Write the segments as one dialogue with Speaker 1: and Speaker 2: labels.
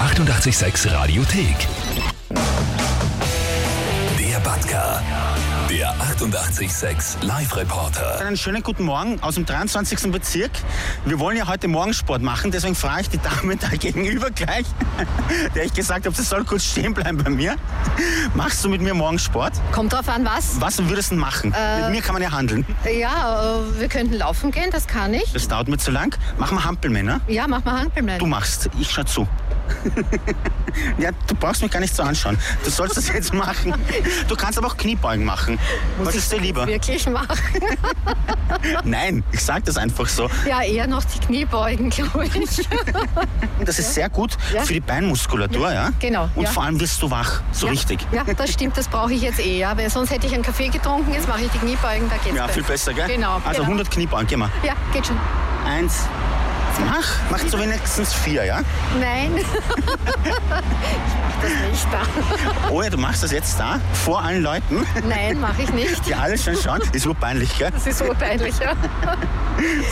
Speaker 1: 886 Radiothek. Der Batka. Der 886 Live-Reporter.
Speaker 2: Einen schönen guten Morgen aus dem 23. Bezirk. Wir wollen ja heute Morgensport machen, deswegen frage ich die Dame da gegenüber gleich, der ich gesagt habe, sie soll kurz stehen bleiben bei mir. Machst du mit mir Morgensport?
Speaker 3: Kommt drauf an, was?
Speaker 2: Was würdest du denn machen? mit mir kann man ja handeln.
Speaker 3: Ja, äh, wir könnten laufen gehen, das kann ich.
Speaker 2: Das dauert mir zu lang. Machen wir Hampelmänner.
Speaker 3: Ja, mach mal Handballman.
Speaker 2: Du machst, ich schau zu. ja, du brauchst mich gar nicht so anschauen. Du sollst das jetzt machen. Du kannst aber auch Kniebeugen machen. Was ist dir lieber?
Speaker 3: Wirklich machen.
Speaker 2: Nein, ich sag das einfach so.
Speaker 3: Ja, eher noch die Kniebeugen, glaube ich.
Speaker 2: Das ist sehr gut
Speaker 3: Ja.
Speaker 2: für die Beinmuskulatur, ja?
Speaker 3: Genau,
Speaker 2: Und
Speaker 3: ja.
Speaker 2: vor allem wirst du wach, so
Speaker 3: ja.
Speaker 2: richtig.
Speaker 3: Ja, das stimmt, das brauche ich jetzt eh, ja. Weil sonst hätte ich einen Kaffee getrunken, jetzt mache ich die Kniebeugen, da geht's
Speaker 2: Ja, viel besser, gell?
Speaker 3: Genau.
Speaker 2: Also
Speaker 3: genau.
Speaker 2: 100 Kniebeugen, geh mal.
Speaker 3: Ja, geht schon.
Speaker 2: Eins. Mach, mach so wenigstens vier, ja?
Speaker 3: Nein. ich mach das nicht da.
Speaker 2: Oh ja, du machst das jetzt da, vor allen Leuten,
Speaker 3: Nein, mache ich nicht.
Speaker 2: die alle schon schauen. Ist urpeinlich, gell?
Speaker 3: Das ist so peinlich, ja.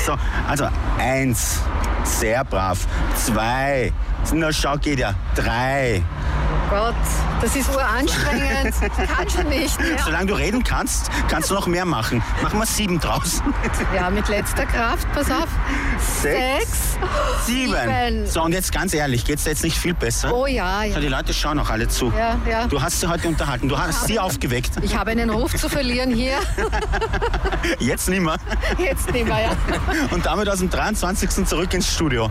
Speaker 2: So, also eins, sehr brav. Zwei, na schau, geht ja. Drei.
Speaker 3: Gott, das ist uranstrengend. Ich kann schon nicht. Ja.
Speaker 2: Solange du reden kannst, kannst du noch mehr machen. Machen wir sieben draus.
Speaker 3: ja, mit letzter Kraft, pass auf. Sechs.
Speaker 2: Sieben.
Speaker 3: Sieben.
Speaker 2: So, und jetzt ganz ehrlich, geht's dir jetzt nicht viel besser?
Speaker 3: Oh ja,
Speaker 2: So,
Speaker 3: ja.
Speaker 2: die Leute schauen auch alle zu.
Speaker 3: Ja, ja.
Speaker 2: Du hast sie heute unterhalten, du hast sie aufgeweckt.
Speaker 3: Ich habe einen Ruf zu verlieren hier.
Speaker 2: Jetzt nimmer.
Speaker 3: Jetzt nehmen wir ja.
Speaker 2: Und damit aus dem 23. zurück ins Studio.